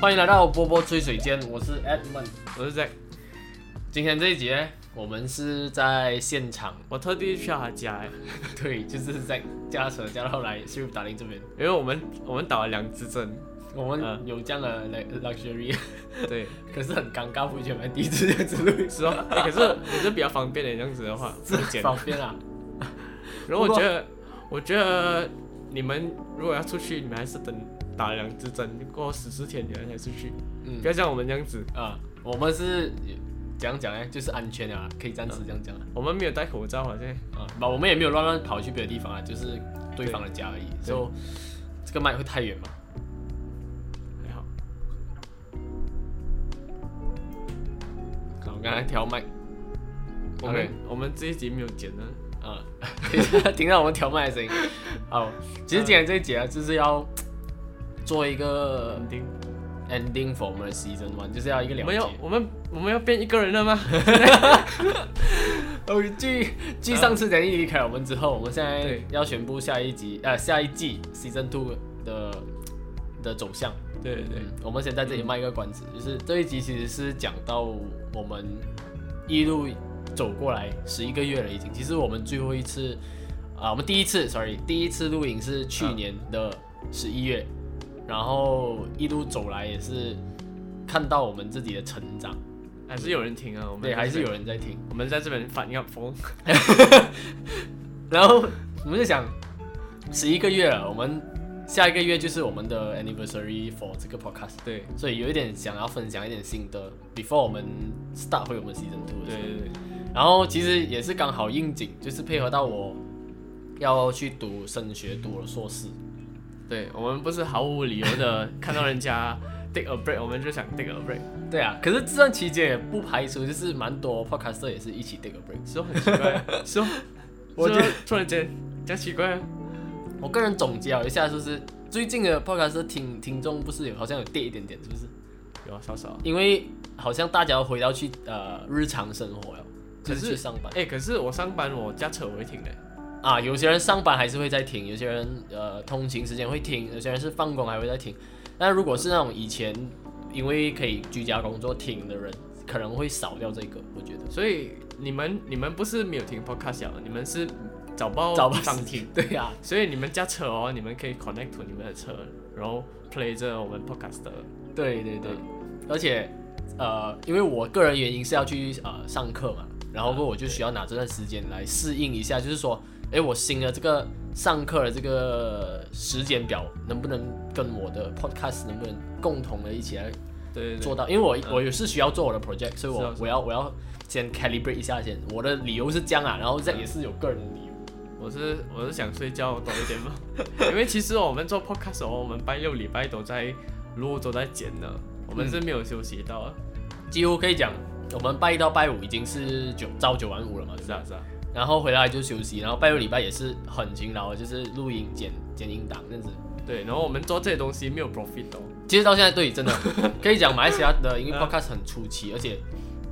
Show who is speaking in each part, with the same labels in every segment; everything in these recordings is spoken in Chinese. Speaker 1: 欢迎来到波波吹水间，我是 Edmond。
Speaker 2: 我是 Zack，
Speaker 1: 今天这一集呢，我们是在现场，
Speaker 2: 我特地去他家欸，
Speaker 1: 对，就是在驾车驾到来去打林这边，
Speaker 2: 因为我们我们打了两支 针，
Speaker 1: 我们
Speaker 2: 嗯
Speaker 1: 有这样的 lu- luxury，
Speaker 2: 对，
Speaker 1: 可是很尴尬，不全班第一次这样子录，
Speaker 2: 是哦，欸可是也是比较方便的这样子的 话，
Speaker 1: 是
Speaker 2: 不简
Speaker 1: 很方便啊。
Speaker 2: 然后我觉得，我觉得你们如果要出去，你们还是等打了两支针，过十四天你们才出去，
Speaker 1: 嗯
Speaker 2: 不要像我们这样子，
Speaker 1: 啊，我们是怎样讲呢？就是安全啊，可以暂时这样讲啊。
Speaker 2: 我们没有戴口罩好像，
Speaker 1: 啊，不，我们也没有乱乱跑去别的地方啊，就是对方的家而已。
Speaker 2: 对
Speaker 1: 所以这个麦会太远嘛？
Speaker 2: 还好，
Speaker 1: 好，我刚才调麦。
Speaker 2: 我们我们这一集没有剪呢，
Speaker 1: 啊， 听到我们调麦的声音。好，其实今天这一节啊，就是要做一个
Speaker 2: 肯定，
Speaker 1: ending for 我们的 season one，就是要一个
Speaker 2: 我
Speaker 1: 了
Speaker 2: 们要
Speaker 1: 结。
Speaker 2: 我们我们要变一个人了 吗？
Speaker 1: 哦，继继上次等你离开我们之后，我们现在
Speaker 2: 对
Speaker 1: 要宣布下一集呃下一季 season two 的的走向。
Speaker 2: 对对对
Speaker 1: 嗯，我们先在这里卖一个关子，就是这一集其实是讲到我们一路走过来十一个月了已经。其实我们最后一次啊，我们第一次，sorry，第一次录影是去年的十一月，然后一路走来也是看到我们自己的成长，
Speaker 2: 还是有人听啊，我们
Speaker 1: 对，还是
Speaker 2: 有，
Speaker 1: 有人在听。
Speaker 2: 我们在这边反应风，
Speaker 1: 然后我们就想，十一个月了，我们下一个月就是我们的 anniversary for 这个 podcast。
Speaker 2: 对
Speaker 1: 所以有一点想要分享一点心得，before 我们 start 回我们 season two 的
Speaker 2: 对
Speaker 1: 时候
Speaker 2: 对对，
Speaker 1: 然后其实也是刚好应景，就是配合到我要去读升学，读了硕士，
Speaker 2: 对我们不是毫无理由的看到人家 take a break，我们就想 take a break，
Speaker 1: 对啊，可是这段期间也不排除就是蛮多 podcaster 也是一起 take a break。
Speaker 2: 是不是很奇怪， 是不哦是，
Speaker 1: 我
Speaker 2: 我
Speaker 1: 觉
Speaker 2: 就
Speaker 1: 得
Speaker 2: 突然间这样奇怪啊，
Speaker 1: 我个人总结了一下，就是最近的 podcaster 听听众不是有好像有跌一点点，是不是？
Speaker 2: 有啊，少少。
Speaker 1: 因为好像大家回到去呃日常生活了，就
Speaker 2: 可
Speaker 1: 是
Speaker 2: 是
Speaker 1: 去上班
Speaker 2: 哎、可是我上班我驾车我会停的，
Speaker 1: 啊，有些人上班还是会在听，有些人呃通勤时间会听，有些人是放工还会在听。但如果是那种以前因为可以居家工作听的人，可能会少掉这个，我觉得。
Speaker 2: 所以你们你们不是没有听 podcast 啊，你们是找不到
Speaker 1: 找不到
Speaker 2: 地方哦听，
Speaker 1: 对啊呀、
Speaker 2: 所以你们驾车哦，你们可以 connect to 你们的车，然后 play 着我们 podcast 的，
Speaker 1: 对对对，而且呃，因为我个人原因是要去呃上课嘛，然后过后我就需要拿这段时间来适应一下，就是说，诶，我新的这个上课的这个时间表能不能跟我的 podcast 能不能共同的一起来
Speaker 2: 对对对，
Speaker 1: 做到，因为我、
Speaker 2: 嗯
Speaker 1: 我也是需要做我的 project，所以
Speaker 2: 是啊
Speaker 1: 我
Speaker 2: 是啊
Speaker 1: 我要我要先 calibrate 一下先。我的理由是这样啊，然后这
Speaker 2: 嗯
Speaker 1: 也是有个人的理由。
Speaker 2: 我是我是想睡觉多一点嘛， 因为其实我们做 podcast 哦，我们拜六礼拜都在录都在剪的，我们是没有休息到的，啊
Speaker 1: 几乎可以讲，我们拜一到拜五已经是九朝九晚五了嘛，对不
Speaker 2: 是
Speaker 1: 对
Speaker 2: 啊是啊，
Speaker 1: 然后回来就休息，然后拜六礼拜也是很勤劳的，就是录音剪剪音档这样子。
Speaker 2: 对，然后我们做这些东西没有 profit 哦，
Speaker 1: 其实到现在对，真的可以讲马来西亚的因为
Speaker 2: 嗯
Speaker 1: podcast 很初期，而且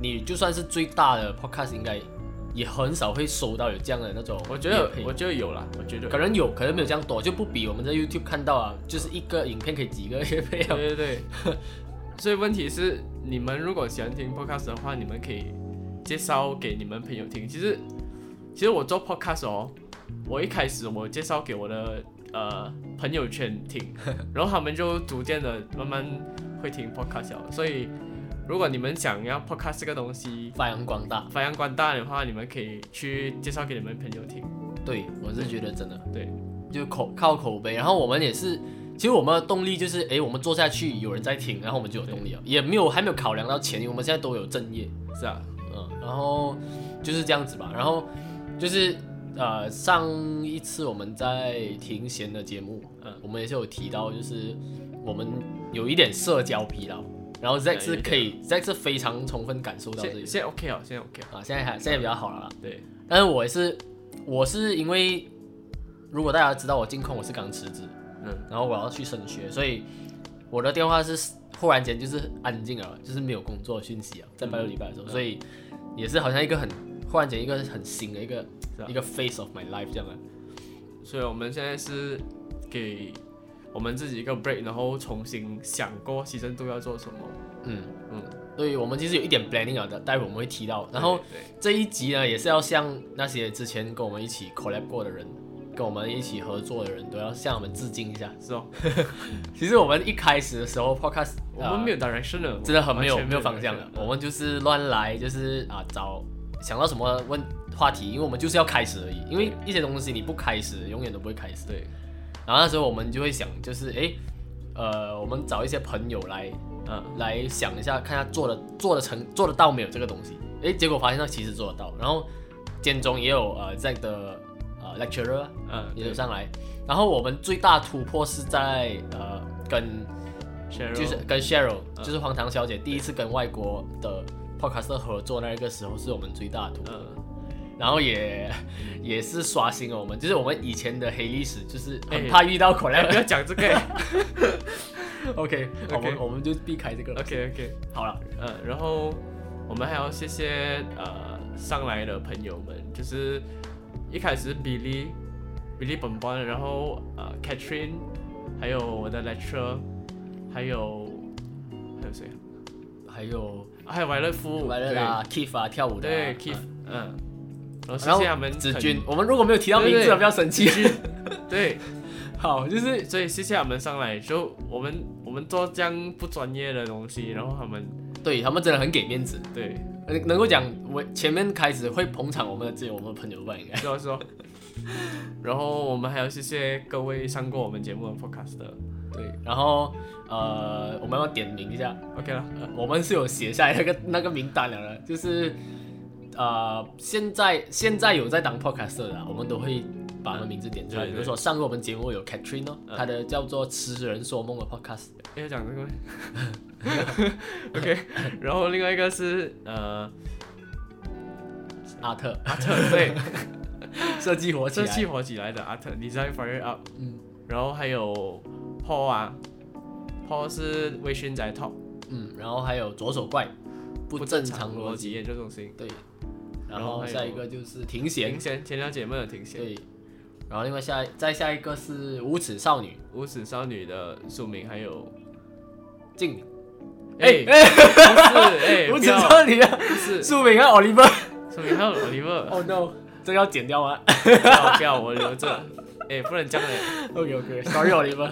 Speaker 1: 你就算是最大的 podcast，应该也很少会收到有这样的那种
Speaker 2: 我觉得
Speaker 1: 业配
Speaker 2: 我觉得有啦，我觉得有
Speaker 1: 可能有，可能没有这样多，就不比我们在 YouTube 看到啊，就是一个影片可以几个月费啊。
Speaker 2: 对对对， 所以问题是，你们如果喜欢听 podcast 的话，你们可以介绍给你们朋友听。其实，其实我做 podcast 哦，我一开始我介绍给我的呃朋友圈听，然后他们就逐渐的慢慢会听 podcast 了。所以，如果你们想要 podcast 这个东西
Speaker 1: 发扬光大，
Speaker 2: 发扬光大的话，你们可以去介绍给你们朋友听。
Speaker 1: 对我是觉得真的
Speaker 2: 对，
Speaker 1: 就口靠口碑，然后我们也是，其实我们的动力就是，诶，我们做下去有人在听，然后我们就有动力了，也没有还没有考量到钱，因为我们现在都有正业，
Speaker 2: 是啊，
Speaker 1: 嗯，然后就是这样子吧，然后就是呃上一次我们在庭贤的节目，嗯，我们也是有提到，就是我们有一点社交疲劳，然后 Zack 是可以，Zack 是非常充分感受到这
Speaker 2: 现
Speaker 1: 一点
Speaker 2: 现在 OK 了，现在 OK 了。
Speaker 1: 啊，现在还现在比较好了啦，
Speaker 2: 对，
Speaker 1: 但是我也是我是因为如果大家知道我进控我是刚辞职，
Speaker 2: 嗯，
Speaker 1: 然后我要去升学，所以我的电话是忽然间就是安静了，就是没有工作讯息啊，在拜六礼拜的时候，所以也是好像一个很忽然间一个很新的一个、
Speaker 2: 是啊
Speaker 1: 啊一个 face of my life 这样的。
Speaker 2: 所以我们现在是给我们自己一个 break，然后重新想过牺牲度要做什么。
Speaker 1: 嗯
Speaker 2: 嗯
Speaker 1: 嗯，对，我们其实有一点 planning 了的，待会我们会提到。然后
Speaker 2: 对
Speaker 1: 这一集呢，也是要向那些之前跟我们一起 collab 过的人，跟我们一起合作的人，都要向我们致敬一下。
Speaker 2: 对是哦，
Speaker 1: 其实我们一开始的时候 podcast
Speaker 2: 我们没
Speaker 1: 有、
Speaker 2: 有 direction 的，
Speaker 1: 呃真的很没有
Speaker 2: 完全
Speaker 1: 没有方向的，
Speaker 2: direction
Speaker 1: 我们就是乱来，就是啊找想到什么问话题，因为我们就是要开始而已。因为一些东西你不开始，永远都不会开始。
Speaker 2: 对
Speaker 1: 然后那时候我们就会想，就是诶，呃，我们找一些朋友来
Speaker 2: 嗯
Speaker 1: 来想一下，看他做的做的成做得到没有这个东西。诶，结果发现他其实做得到。然后间中也有呃 Zack 的呃 lecturer 啊
Speaker 2: 嗯，
Speaker 1: 也
Speaker 2: 对
Speaker 1: 有上来。然后我们最大突破是在呃跟
Speaker 2: Cheryl
Speaker 1: 就是跟 Cheryl，、
Speaker 2: 嗯
Speaker 1: 就是黄糖小姐第一次跟外国的 podcaster 合作那个时候是我们最大的突破，
Speaker 2: 嗯，
Speaker 1: 然后也也是刷新了我们，就是我们以前的黑历史，就是很
Speaker 2: 哎
Speaker 1: 怕遇到
Speaker 2: 哎不
Speaker 1: collab。
Speaker 2: 要讲这个
Speaker 1: OK，好我
Speaker 2: OK
Speaker 1: 们我们就避开这个了。
Speaker 2: ，OK OK，
Speaker 1: 好了，
Speaker 2: 嗯，然后我们还要谢谢呃上来的朋友们，就是一开始是 Billy Billy 本班，然后呃 Catherine，还有我的 lecturer，还有还有谁啊？
Speaker 1: 还有
Speaker 2: 啊还有维勒夫，
Speaker 1: 来了啦，Keith 啊，跳舞的啊，
Speaker 2: 对对
Speaker 1: 嗯
Speaker 2: Keith，嗯，然后谢
Speaker 1: 然后
Speaker 2: 谢他们
Speaker 1: 子
Speaker 2: 很
Speaker 1: 君，我们如果没有提到名
Speaker 2: 对
Speaker 1: 字，
Speaker 2: 对
Speaker 1: 不要生气。
Speaker 2: 对，
Speaker 1: 好，就是
Speaker 2: 所以谢谢他们上来，就我们我们做这样不专业的东西，然后他们
Speaker 1: 对他们真的很给面子，
Speaker 2: 对，
Speaker 1: 呃能够讲我前面开始会捧场我们的只有我们的朋友吧，应该。
Speaker 2: 是哦是哦。然后我们还要谢谢各位上过我们节目的 podcaster。
Speaker 1: 对，然后呃，我们要点名一下，
Speaker 2: OK 了，
Speaker 1: 呃我们是有写下来那个那个名单了的，就是呃，现在现在有在当 podcaster 的啊，我们都会把他们名字点出来。
Speaker 2: 对对
Speaker 1: 比如说上过我们节目有 Katrina，、
Speaker 2: 嗯
Speaker 1: 她的叫做《痴人说梦》的 podcast，
Speaker 2: 要讲这个吗 ？OK，然后另外一个是呃，
Speaker 1: 阿特
Speaker 2: 阿特，对，
Speaker 1: 设计火起
Speaker 2: 这
Speaker 1: 来，
Speaker 2: 气火起来的阿特，Design Fire Up，
Speaker 1: 嗯
Speaker 2: 然后还有 Paul 啊，Paul 是微醺仔 Top，
Speaker 1: 嗯，然后还有左手怪，不正常逻辑，
Speaker 2: 辑研究中心，
Speaker 1: 对，
Speaker 2: 然
Speaker 1: 然
Speaker 2: 后
Speaker 1: 后
Speaker 2: 还有
Speaker 1: 下一个就是停闲
Speaker 2: 停，闲，前两姐妹有停闲，
Speaker 1: 对，然后另外下再下一个是无耻少女
Speaker 2: 无耻少女的署名还有，
Speaker 1: 静敏，
Speaker 2: 哎、
Speaker 1: 哎
Speaker 2: 不是，哎、
Speaker 1: 无
Speaker 2: 不
Speaker 1: 耻
Speaker 2: 要，
Speaker 1: 少女啊，
Speaker 2: 不 是，
Speaker 1: 树敏啊，Oliver。
Speaker 2: 署名还有 Oliver，哦
Speaker 1: Oh no，这个要剪掉 吗
Speaker 2: 不要不要，我留着， 哎、不能这样哎，
Speaker 1: ？OK OK，Sorry Oliver。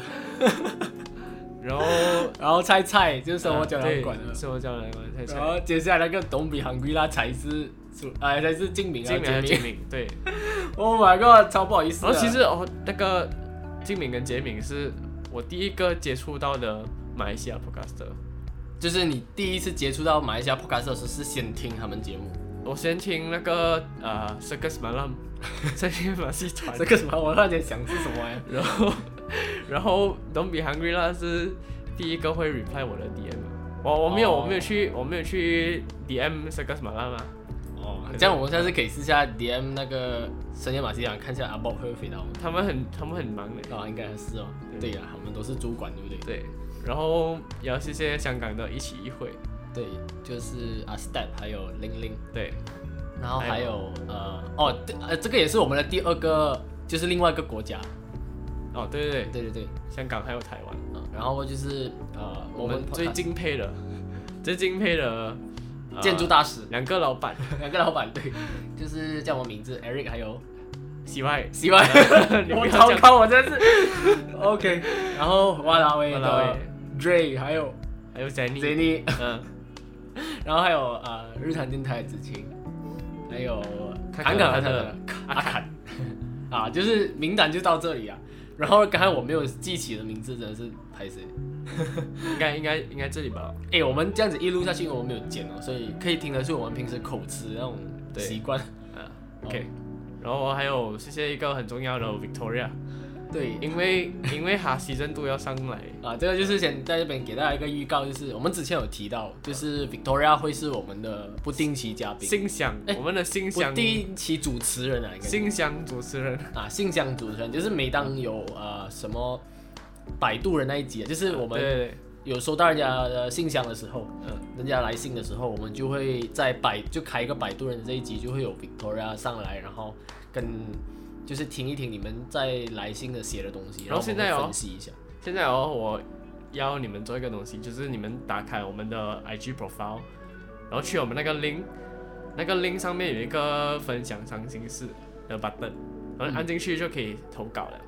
Speaker 2: 然 后。啊
Speaker 1: 然后菜菜就是生活胶
Speaker 2: 对
Speaker 1: 囊馆的，
Speaker 2: 生活胶囊馆太
Speaker 1: 然
Speaker 2: 惨。
Speaker 1: 后接下来那个董比韩圭拉才是主，哎才是静明啊，
Speaker 2: 金敏还有
Speaker 1: 静
Speaker 2: 杰
Speaker 1: 明。
Speaker 2: 敏，对。
Speaker 1: Oh my god，超不好意思
Speaker 2: 然
Speaker 1: 啊。
Speaker 2: 后其实哦，那个金敏跟杰敏是我第一个接触到的马来西亚 podcaster。
Speaker 1: 就是你第一次接触到马来西亚 podcast 的时候，是先听他们节目，
Speaker 2: 我先听那个呃 Circus Malam，先听马戏团
Speaker 1: 这，个什么？我突然间想是什么哎？
Speaker 2: 然后然后 Don't Be Hungry 啦是第一个会 reply 我的 DM 的。我我没有、
Speaker 1: 哦
Speaker 2: 我没有去我没有去 DM Circus Malam 啊。
Speaker 1: 哦，这样我们下次可以试下 DM 那个深夜马戏团，看一下阿 Bob 会不会回答我们。
Speaker 2: 他们很他们很忙的。
Speaker 1: 啊，应该是哦。
Speaker 2: 对
Speaker 1: 对呀，我们都是主管，对不对？
Speaker 2: 对，然后也要谢谢香港的一起一会。
Speaker 1: 对，就是啊 Step 还有玲玲。
Speaker 2: 对，
Speaker 1: 然后
Speaker 2: 还
Speaker 1: 还有呃哦，对呃，这个也是我们的第二个，就是另外一个国家，
Speaker 2: 哦对对对，
Speaker 1: 对对对，
Speaker 2: 香港还有台湾。
Speaker 1: 嗯，然后就是呃，
Speaker 2: 我
Speaker 1: 我
Speaker 2: 们
Speaker 1: 们
Speaker 2: 最
Speaker 1: podcast-
Speaker 2: 敬佩的，最敬佩的、呃
Speaker 1: 建筑大师
Speaker 2: 两个老板，
Speaker 1: 两个老板，对，就是叫我名字 Eric 还 有
Speaker 2: 喜外，
Speaker 1: C Y，
Speaker 2: 你不
Speaker 1: 我
Speaker 2: 要
Speaker 1: 糟
Speaker 2: 这样，
Speaker 1: 糕，我真的是 OK，然后哇啦喂
Speaker 2: 哇啦
Speaker 1: 的 Dre 还有
Speaker 2: 还有 Jenny，
Speaker 1: Jenny，
Speaker 2: 嗯，
Speaker 1: 然后还有呃日坛电台的子晴，还有
Speaker 2: 看
Speaker 1: 侃侃
Speaker 2: 看
Speaker 1: 和他
Speaker 2: 他
Speaker 1: 的
Speaker 2: 的
Speaker 1: 阿侃， 啊，就是名单就到这里啊。然后刚才我没有记起的名字，真的是拍谁？
Speaker 2: 应该应该应该这里吧，
Speaker 1: 哎、我们这样子一录下去，因为我们没有剪哦，所以可以听得出我们平时口吃那种
Speaker 2: 对
Speaker 1: 习惯。
Speaker 2: 嗯，OK，然
Speaker 1: 哦
Speaker 2: 后还有谢谢一个很重要的 Victoria，
Speaker 1: 对，
Speaker 2: 因为因为她牺牲度要上来，
Speaker 1: 啊，这个就是先在这边给大家一个预告，就是我们之前有提到，就是 Victoria 会是我们的不定期嘉宾，
Speaker 2: 信箱，
Speaker 1: 哎
Speaker 2: 我们的信
Speaker 1: 不
Speaker 2: 箱，
Speaker 1: 定期主持人啊，应该是
Speaker 2: 信箱主持人，
Speaker 1: 啊，信箱主持人就是每当有呃什么摆渡人那一集，啊就是我
Speaker 2: 啊
Speaker 1: 们
Speaker 2: 对对对，
Speaker 1: 有收到人家的信箱的时候，
Speaker 2: 嗯，
Speaker 1: 人家来信的时候，我们就会在百就开一个摆渡人这一集，就会有 Victoria 上来，然后跟就是听一听你们在来信的写的东西，
Speaker 2: 然后
Speaker 1: 我们
Speaker 2: 现在
Speaker 1: 会
Speaker 2: 哦
Speaker 1: 分析一下。
Speaker 2: 现在哦，我要你们做一个东西，就是你们打开我们的 IG profile，然后去我们那个 link，那个 link 上面有一个分享伤心事的 button，然后
Speaker 1: 嗯
Speaker 2: 按进去就可以投稿了。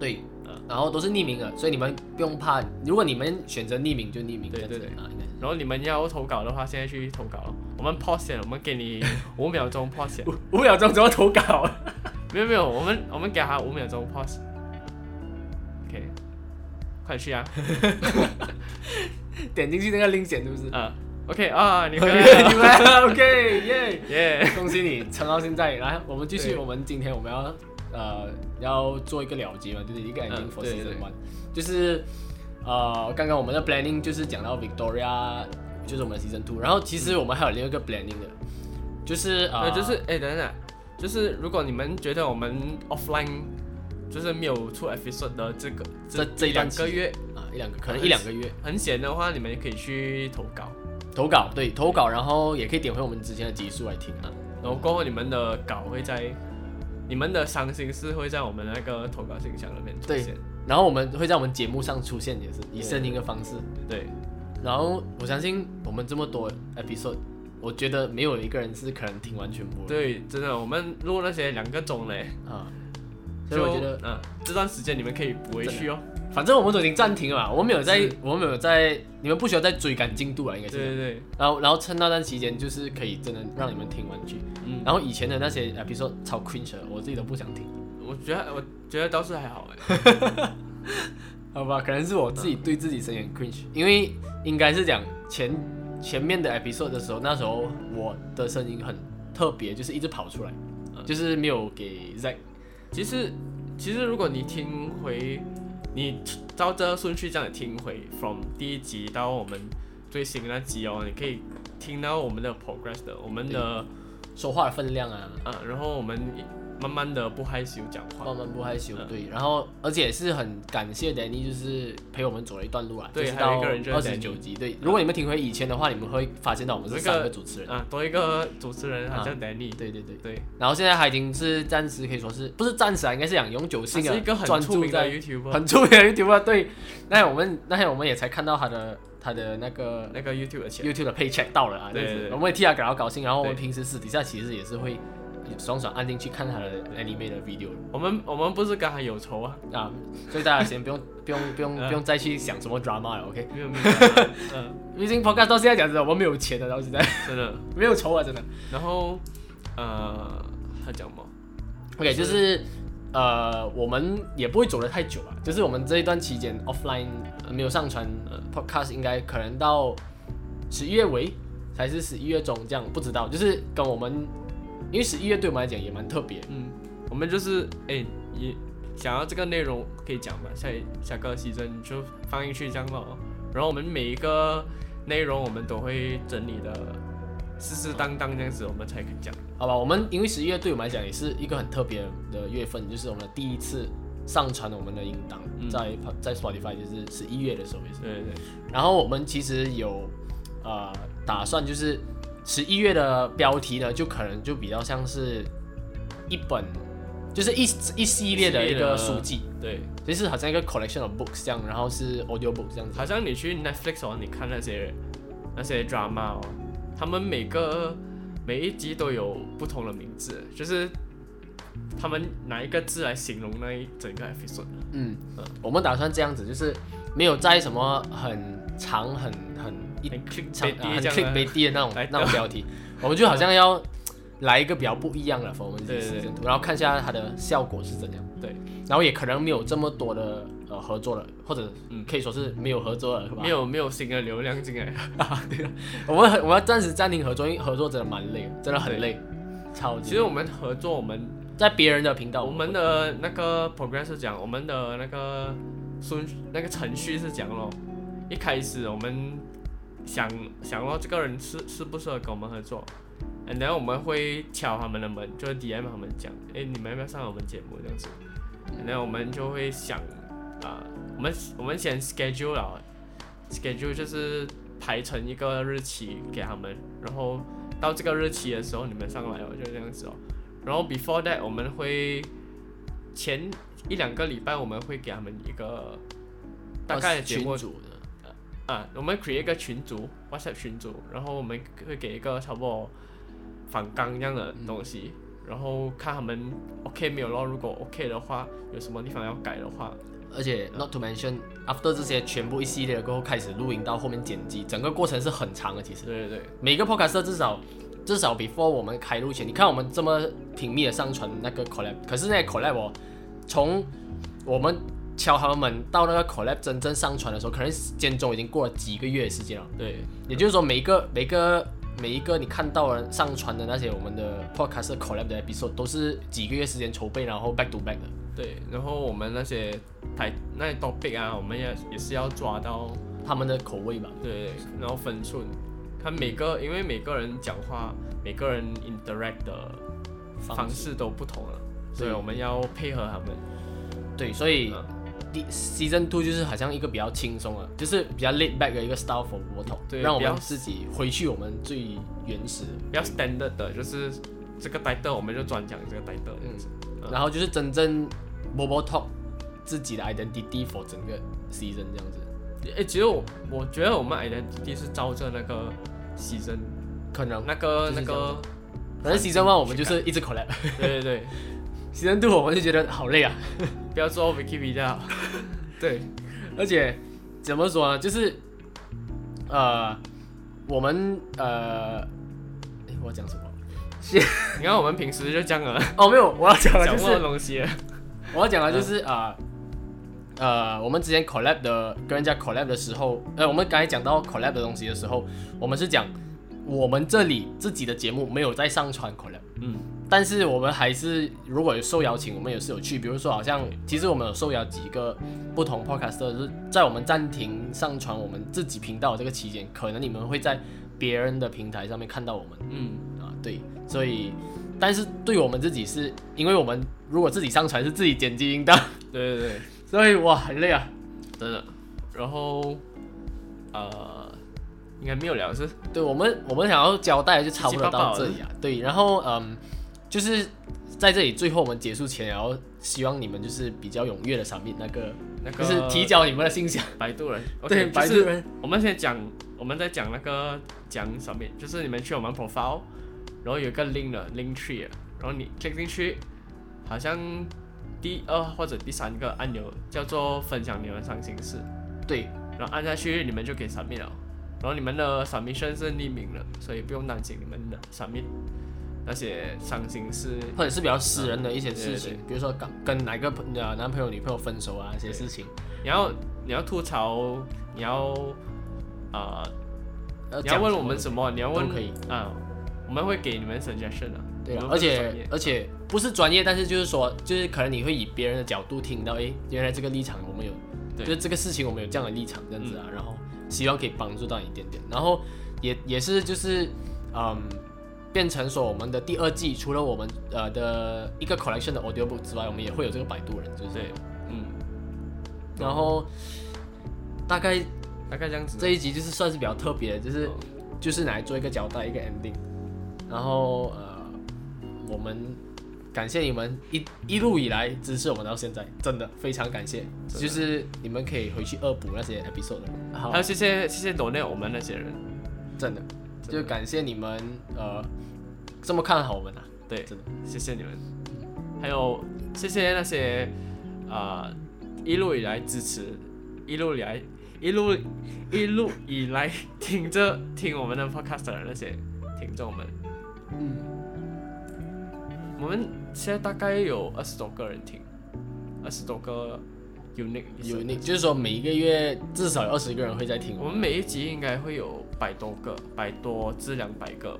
Speaker 1: 对，
Speaker 2: 啊
Speaker 1: 然后都是匿名的，所以你们不用怕。如果你们选择匿名就匿名，
Speaker 2: 对
Speaker 1: 这样子
Speaker 2: 对对
Speaker 1: 啊，应该是
Speaker 2: 然后你们要投稿的话，现在去投稿咯。我们 pause 先，我们给 你五秒钟 pause 先。
Speaker 1: 五五秒钟怎么投稿？啊
Speaker 2: 没有没有，我们我们给他五秒钟 pause。OK，快去 啊！
Speaker 1: 点进去那个 link 点是不 是？
Speaker 2: 啊，OK 啊，你
Speaker 1: 你
Speaker 2: 回来了，
Speaker 1: 你们 OK 耶！
Speaker 2: 耶、
Speaker 1: 恭喜你撑到现在，来，我们继续，
Speaker 2: 对
Speaker 1: 我们今天我们要呃要做一个了结嘛，就是一个 ending
Speaker 2: 嗯
Speaker 1: for
Speaker 2: 对
Speaker 1: season
Speaker 2: 对
Speaker 1: one，就是呃刚刚我们的 planning 就是讲到 Victoria，就是我们的 season two，然后其实我们还有另一个 planning 的，就是
Speaker 2: 呃，
Speaker 1: 呃
Speaker 2: 就是哎、等等啊，就是如果你们觉得我们 offline 就是没有出 episode 的这个
Speaker 1: 这这一
Speaker 2: 两
Speaker 1: 段期
Speaker 2: 个月
Speaker 1: 啊一两个可能一两个月。
Speaker 2: 很闲的话，你们也可以去投稿，
Speaker 1: 投稿，对投稿，然后也可以点回我们之前的集数来听啊。
Speaker 2: 然后过后你们的稿会在你们的伤心事会在我们那个投稿信箱里面出
Speaker 1: 对
Speaker 2: 现。
Speaker 1: 然后我们会在我们节目上出现，也是以声音的方式。
Speaker 2: 对
Speaker 1: 然后我相信我们这么多 episode，我觉得没有一个人是可能听完全部的
Speaker 2: 对，真的，我们录那些两个钟嘞，
Speaker 1: 啊。所
Speaker 2: 就
Speaker 1: 以我觉得，
Speaker 2: 嗯、这段时间你们可以补回去哦。
Speaker 1: 反正我们都已经暂停了嘛，我没有在
Speaker 2: 是，
Speaker 1: 我没有在，你们不需要再追赶进度了，应该
Speaker 2: 对
Speaker 1: 是这样。
Speaker 2: 对对，
Speaker 1: 然后，然后趁那段期间，就是可以真的让你们听完剧。
Speaker 2: 嗯，
Speaker 1: 然后以前的那些 episode 超 cringe，的我自己都不想听。
Speaker 2: 我觉得我觉得倒是还好哎。
Speaker 1: 好吧，可能是我自己对自己深有 cringe，因为应该是讲前前面的 episode 的时候，那时候我的声音很特别，就是一直跑出来，
Speaker 2: 嗯
Speaker 1: 就是没有给 Zack
Speaker 2: 其实，其实如果你听回，你照这顺序这样听回，from 第一集到我们最新的那集哦，你可以听到我们的 progress 的，我们的
Speaker 1: 说话的分量啊，
Speaker 2: 啊，然后我们慢慢的不害羞讲话，
Speaker 1: 慢慢不害羞，
Speaker 2: 嗯
Speaker 1: 对，然后而且是很感谢 Danny，就是陪我们走了一段路啊，
Speaker 2: 对
Speaker 1: 就是
Speaker 2: 还
Speaker 1: 到
Speaker 2: 有一个人就是
Speaker 1: 二十九
Speaker 2: Danny 嗯
Speaker 1: 集，对，如果你们听回以前的话，你们会发现到我们是
Speaker 2: 这个
Speaker 1: 三个主持人，
Speaker 2: 啊，多一个主持人，
Speaker 1: 啊
Speaker 2: 好像 Danny，、
Speaker 1: 对对对，
Speaker 2: 对，
Speaker 1: 然后现在还已经是暂时可以说是不是暂时啊，应该是讲永久
Speaker 2: 他
Speaker 1: 性啊，
Speaker 2: 是一个很
Speaker 1: 专
Speaker 2: 出
Speaker 1: 注
Speaker 2: 名的
Speaker 1: 在
Speaker 2: YouTuber，
Speaker 1: 很出名的 YouTube 对，那天我们那天我们也才看到他的他的那个
Speaker 2: 那个 YouTube 的钱，
Speaker 1: YouTube 的 paycheck 到了啊，
Speaker 2: 对
Speaker 1: 这样子
Speaker 2: 对对
Speaker 1: 我们也替他感到高兴。然后我们
Speaker 2: 对
Speaker 1: 平时私底下其实也是会爽爽按进去看他的 anime 的 video
Speaker 2: 我们我们不是跟他有仇啊，
Speaker 1: 啊，所以大家先不用不用不用
Speaker 2: 嗯
Speaker 1: 不用再去想什么 drama 了，OK？
Speaker 2: 没有没有跟他，嗯、
Speaker 1: 毕竟 podcast 到现在讲真的，我们没有钱的，到现在
Speaker 2: 真的，
Speaker 1: 没有仇啊，真的。
Speaker 2: 然后呃，他讲什么？
Speaker 1: OK，就是呃，我们也不会走的太久啊，就是我们这一段期间 offline 呃没有上传呃 podcast，应该可能到十一月尾才是十一月中这样，不知道，就是跟我们，因为十一月对我们来讲也蛮特别，
Speaker 2: 嗯，我们就是哎，也想要这个内容可以讲嘛，下一下个 season 你就放进去这样咯。然后我们每一个内容我们都会整理的适适当当这样子，我们才肯讲。
Speaker 1: 好吧？我们因为十一月对我们来讲也是一个很特别的月份，就是我们第一次上传我们的音档
Speaker 2: 嗯
Speaker 1: 在在 Spotify，就是十一月的时候也是。
Speaker 2: 对对对，
Speaker 1: 然后我们其实有呃打算，就是十一月的标题呢，就可能就比较像是一本，就是一一系列的一个
Speaker 2: 一系列
Speaker 1: 书
Speaker 2: 的嗯
Speaker 1: 籍，
Speaker 2: 对，
Speaker 1: 其实好像一个 collection of books 这样，然后是 audio book 这样子。
Speaker 2: 好像你去 Netflix 哦，你看那些那些 drama 哦，他们每个每一集都有不同的名字，就是他们拿一个字来形容那一整个 episode。
Speaker 1: 嗯，我们打算这样子，就是没有在什么很长很很一
Speaker 2: 很 click
Speaker 1: 长、啊、很
Speaker 2: click
Speaker 1: click 没低的那种
Speaker 2: 来啊
Speaker 1: 那种标题， 我们就好像要来一个比较不一样的 for 我们自己
Speaker 2: 对对
Speaker 1: 的
Speaker 2: 对
Speaker 1: 制度，然后看一下它的效果是怎样。
Speaker 2: 对，
Speaker 1: 然后也可能没有这么多的呃合作了，或者
Speaker 2: 嗯
Speaker 1: 可以说是没有合作了，是吧？
Speaker 2: 没，有没有新的流量进来。
Speaker 1: 我们很我们要暂时暂停合作，因为合作真的蛮累，真的很
Speaker 2: 对
Speaker 1: 累，超级累。
Speaker 2: 其实我们合作，我们
Speaker 1: 在别人的频道，
Speaker 2: 我们的那个 progress 是讲，我们的那个顺那个程序是讲咯，一开始我们想想咯，这个人适适不适合跟我们合作，and then 我们会敲他们的门，就是 DM 他们讲，诶，你们要不要上我们节目这样子，and then 我们就会想啊、我们我们先 schedule 了，schedule 就是排成一个日期给他们，然后到这个日期的时候你们上来哦，就这样子哦。然后 before that 我们会前一两个礼拜我们会给他们一个大概的节
Speaker 1: 呃哦群
Speaker 2: 目
Speaker 1: 主的，
Speaker 2: 啊，我们 create 一个群组，WhatsApp 群组，然后我们会给一个差不多反纲这样的东西，然后看他们 OK 没有咯，如果 OK 的话，有什么地方要改的话，
Speaker 1: 而
Speaker 2: 嗯
Speaker 1: 且 not to mention after 这些全部一系列过后开始录音到后面剪辑，整个过程是很长的。其实
Speaker 2: 对对对，
Speaker 1: 每个 podcast 至少至少 before 我们开录前，你看我们这么频密的上传那个 collab，可是那个 collab 哦，从我们敲他们门到那个 collab 真正上传的时候，可能间中已经过了几个月的时间了。
Speaker 2: 对
Speaker 1: 也就是说每，一个每一个每一个你看到的上传的那些我们的 podcast 的 collab 的 episode 都是几个月时间筹备，然后 back to back 的。
Speaker 2: 对，然后我们那些台那些 topic 啊，我们也也是要抓到
Speaker 1: 他们的口味吧，
Speaker 2: 对，然后分寸，看每个因为每个人讲话，每个人 interact 的
Speaker 1: 方
Speaker 2: 方式都不同了，所以
Speaker 1: 对
Speaker 2: 我们要配合他们。
Speaker 1: 对，所以
Speaker 2: 嗯
Speaker 1: 第 season two 就是好像一个比较轻松的，就是比较 laid back 的一个 style for 我头，
Speaker 2: 对
Speaker 1: 让我
Speaker 2: 比较
Speaker 1: 们自己回去我们最原始的，
Speaker 2: 比较 standard 的，就是这个 title 我们就专讲这个 title 这样子。嗯
Speaker 1: 然后就是真正 mobile talk 自己的 identity for 整个 season 这样子，
Speaker 2: 诶、其实我我觉得我们 identity 是照着那个 season
Speaker 1: 可能
Speaker 2: 那个
Speaker 1: 就是
Speaker 2: 那
Speaker 1: 这样
Speaker 2: 个，
Speaker 1: 反正 season one 我们就是一直 collab，
Speaker 2: 对对对，
Speaker 1: season two 我们就觉得好累啊，
Speaker 2: 不要做 Wikipedia。对
Speaker 1: 而且怎么说呢，就是呃我们呃，诶我要讲什么？
Speaker 2: 你看我们平时就这样了，
Speaker 1: 哦，没有，我要讲的
Speaker 2: 讲
Speaker 1: 就
Speaker 2: 不
Speaker 1: 是
Speaker 2: 到东西了。
Speaker 1: 我要讲的就是啊、呃，呃，我们之前 collab 的跟人家 collab 的时候，呃，我们刚才讲到 collab 的东西的时候，我们是讲我们这里自己的节目没有在上传 collab，
Speaker 2: 嗯，
Speaker 1: 但是我们还是如果有受邀请，我们也是有去，比如说好像其实我们有受邀几个不同 podcaster，就是在我们暂停上传我们自己频道的这个期间，可能你们会在别人的平台上面看到我们。
Speaker 2: 嗯，
Speaker 1: 啊，对，所以，但是对我们自己是，因为我们如果自己上传是自己剪辑音档，
Speaker 2: 对对对，
Speaker 1: 所以哇很累啊。
Speaker 2: 真的。然后呃，应该没有聊是，
Speaker 1: 对我们，我们想要交代的就差不多到这里啊。对，然后嗯，就是在这里最后我们结束前，然后希望你们就是比较踊跃的上面那个，
Speaker 2: 那
Speaker 1: 就
Speaker 2: 个
Speaker 1: 是提交你们的信箱。
Speaker 2: 摆渡人，
Speaker 1: 对，
Speaker 2: OK，
Speaker 1: 白
Speaker 2: 就是
Speaker 1: 日人，
Speaker 2: 我们先讲，我们在讲那个讲什么，就是你们去我们 profile，然后有一个 link 的 link tree，的然后你 click 进去，好像第二或者第三个按钮叫做分享你们伤心事，
Speaker 1: 对，
Speaker 2: 然后按下去你们就可以 submit 了，然后你们的 submission 是匿名的，所以不用担心你们的 submit 那些伤心事。
Speaker 1: 或者是比较私人的一些事情，
Speaker 2: 对
Speaker 1: 比如说跟跟哪个朋呃男朋友、女朋友分手啊，一些事情，
Speaker 2: 你要你要吐槽，你要呃你要
Speaker 1: 讲
Speaker 2: 问
Speaker 1: 什
Speaker 2: 我
Speaker 1: 么
Speaker 2: 们
Speaker 1: 的
Speaker 2: 什么？你要问
Speaker 1: 都可以
Speaker 2: 啊，我们会给你们 suggestion 的。
Speaker 1: 对
Speaker 2: 我
Speaker 1: 啊
Speaker 2: 们，不
Speaker 1: 而
Speaker 2: 是专
Speaker 1: 且
Speaker 2: 业
Speaker 1: 而且不是专业，但是就是说，就是可能你会以别人的角度听到，诶，原来这个立场我们有，
Speaker 2: 对嗯
Speaker 1: 就是这个事情我们有这样的立场这样子啊，然后希望可以帮助到你一点点，然后也也是就是嗯，变成说我们的第二季除了我们呃的一个 collection 的 audio book 之外，我们也会有这个摆渡人，就是
Speaker 2: 对，嗯，
Speaker 1: 然后大概
Speaker 2: 大概这样子。
Speaker 1: 这一集就是算是比较特别的，就是
Speaker 2: 哦
Speaker 1: 就是拿来做一个交代，一个 ending。然后呃，我们感谢你们一一路以来支持我们到现在，真的非常感谢。
Speaker 2: 真的
Speaker 1: 就是你们可以回去恶补那些 episode 的，好
Speaker 2: 还，有谢谢谢谢 donate 我们那些人，
Speaker 1: 真的
Speaker 2: 真的
Speaker 1: 就感谢你们呃这么看好我们啊，
Speaker 2: 对，
Speaker 1: 真的
Speaker 2: 谢谢你们，还有谢谢那些啊、一路以来支持，一路以来一路一路以来听着听我们的 podcast 的那些听众们，
Speaker 1: 嗯，
Speaker 2: 我们现在大概有二十多个人听，二十多个 unique
Speaker 1: 有
Speaker 2: listener
Speaker 1: 你就是说每一个月至少有二十个人会在听我
Speaker 2: 我
Speaker 1: 们，
Speaker 2: 们每一集应该会有百多个、百多至两百个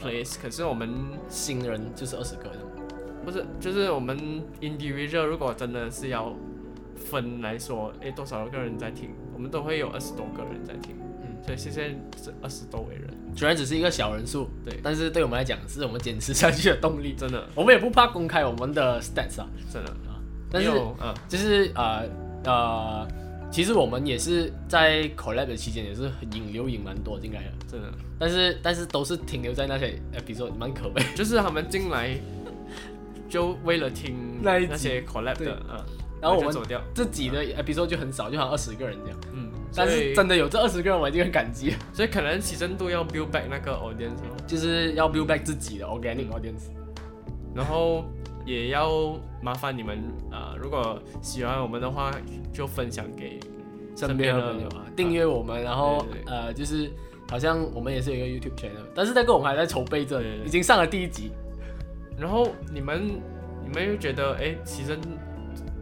Speaker 2: plays，可是我们
Speaker 1: 新人就是二十个这样，
Speaker 2: 不是，就是我们 individual 如果真的是要分来说，诶，多少个人在听，我们都会有二十多个人在听，
Speaker 1: 嗯，
Speaker 2: 所以谢谢这二十多位人，
Speaker 1: 虽然只是一个小人数，
Speaker 2: 对
Speaker 1: 但是对我们来讲是我们坚持下去的动力。
Speaker 2: 真的
Speaker 1: 我们也不怕公开我们的啊 stats 啊，
Speaker 2: 真的，
Speaker 1: 但是
Speaker 2: 没有嗯
Speaker 1: 就是呃呃，其实我们也是在 collab 的期间也是引流引蛮多进来的，
Speaker 2: 真的，
Speaker 1: 但是但是都是停留在那些 episode，蛮可 悲。
Speaker 2: 就是他们进来就为了听
Speaker 1: 那一集
Speaker 2: 那些 collab 的，嗯，
Speaker 1: 然后我
Speaker 2: 就
Speaker 1: 们
Speaker 2: 走掉，
Speaker 1: 自己的 episode 就很少，就好像二十个人这样。
Speaker 2: 嗯，
Speaker 1: 但
Speaker 2: 所以
Speaker 1: 是真的有这二十个人，我已经很感激了，
Speaker 2: 所以可能起深度要 build back 那个 audience，咯
Speaker 1: 就是要 build back 自己的 organic audience。
Speaker 2: 然后也要麻烦你们啊、呃如果喜欢我们的话，就分享给
Speaker 1: 身边的朋友啊，订阅我们，然后
Speaker 2: 对对对
Speaker 1: 呃，就是好像我们也是有一个 YouTube channel，但是那个我们还在筹备着
Speaker 2: 对对，对
Speaker 1: 已经上了第一集，
Speaker 2: 然后你们你们又觉得哎，其实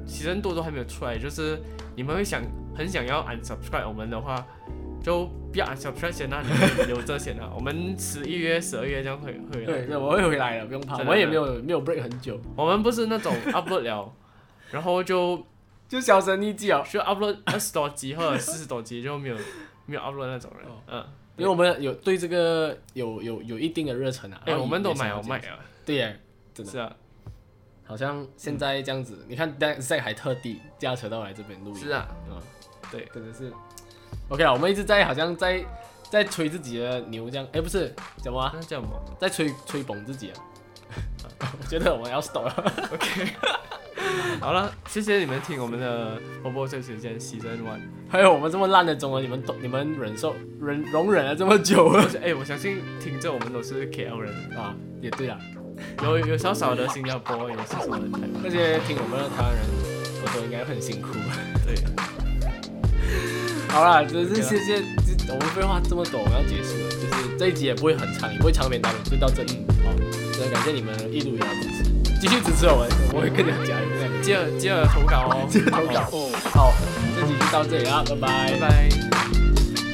Speaker 2: 其实度都还没有出来，就是你们会想很想要 unsubscribe 我们的话，就不要 unsubscribe 先啦，你们留着先啦。啊我们十一月、十二月这样会会
Speaker 1: 对，
Speaker 2: 来。
Speaker 1: 对，我会回来了，不用怕，
Speaker 2: 真的
Speaker 1: 我也没有没有 break 很久，
Speaker 2: 我们不是那种 upload 了，然后就
Speaker 1: 就销声匿迹啊，
Speaker 2: 就 upload 二十多集或者四十多集就没有没有 upload 那种人
Speaker 1: 哦。
Speaker 2: 嗯，
Speaker 1: 因为我们有对这个有有有一定的热忱啊，
Speaker 2: 哎，
Speaker 1: 然后
Speaker 2: 我们
Speaker 1: 也
Speaker 2: 都
Speaker 1: 想
Speaker 2: 买
Speaker 1: 要
Speaker 2: 了
Speaker 1: 这样
Speaker 2: 卖了，
Speaker 1: 对耶，真的
Speaker 2: 是啊，
Speaker 1: 好像现在这样子，你看 Dan Zack 还特地驾车到来这边录
Speaker 2: 是
Speaker 1: 音，
Speaker 2: 啊，
Speaker 1: 嗯，
Speaker 2: 对，
Speaker 1: 真的是 OK 啊，我们一直在好像在在吹自己的牛这样，哎，不是怎么啊？
Speaker 2: 那叫什么？
Speaker 1: 在吹吹捧自己啊。 我觉得我们要 stop 了。
Speaker 2: 好了，谢谢你们听我们的《波波最时间》Season One。
Speaker 1: 还有我们这么烂的中文，你们懂？你们忍受忍容忍了这么久了
Speaker 2: 哎、我相信听着我们都是 KL 人，
Speaker 1: 啊？也对啦，
Speaker 2: 有有少少的新加坡，有少少的台湾。
Speaker 1: 那些听我们的台湾人，我说应该很辛苦。
Speaker 2: 对，
Speaker 1: 好啦，只是
Speaker 2: OK 啦
Speaker 1: 谢谢，这我们废话这么多，我们要结束了。就是这一集也不会很长，也不会长篇大论，就到这里。好，真的感谢你们一路以来的支持，继续支持我们，我会更加加油的。
Speaker 2: 接着接着投稿哦，
Speaker 1: 这个投稿
Speaker 2: 哦，
Speaker 1: 好，这集就到这里啦，拜拜
Speaker 2: 拜。拜。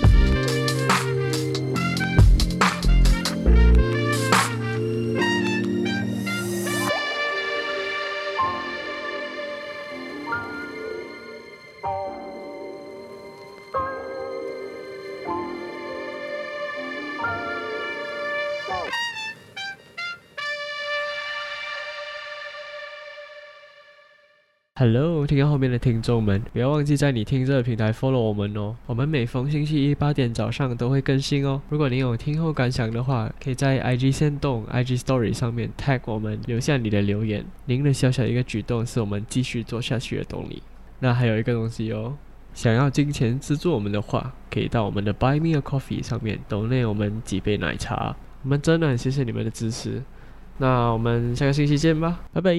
Speaker 2: Hello，听到后面的听众们，不要忘记在你听这个平台 follow 我们哦。我们每逢星期一八点早上都会更新哦。如果您有听后感想的话，可以在 IG 线动、IG Story 上面 tag 我们，留下你的留言。您的小小一个举动，是我们继续做下去的动力。那还有一个东西哦，想要金钱资助我们的话，可以到我们的 Buy Me a Coffee 上面 donate 我们几杯奶茶。我们真的很谢谢你们的支持。那我们下个星期见吧，拜拜。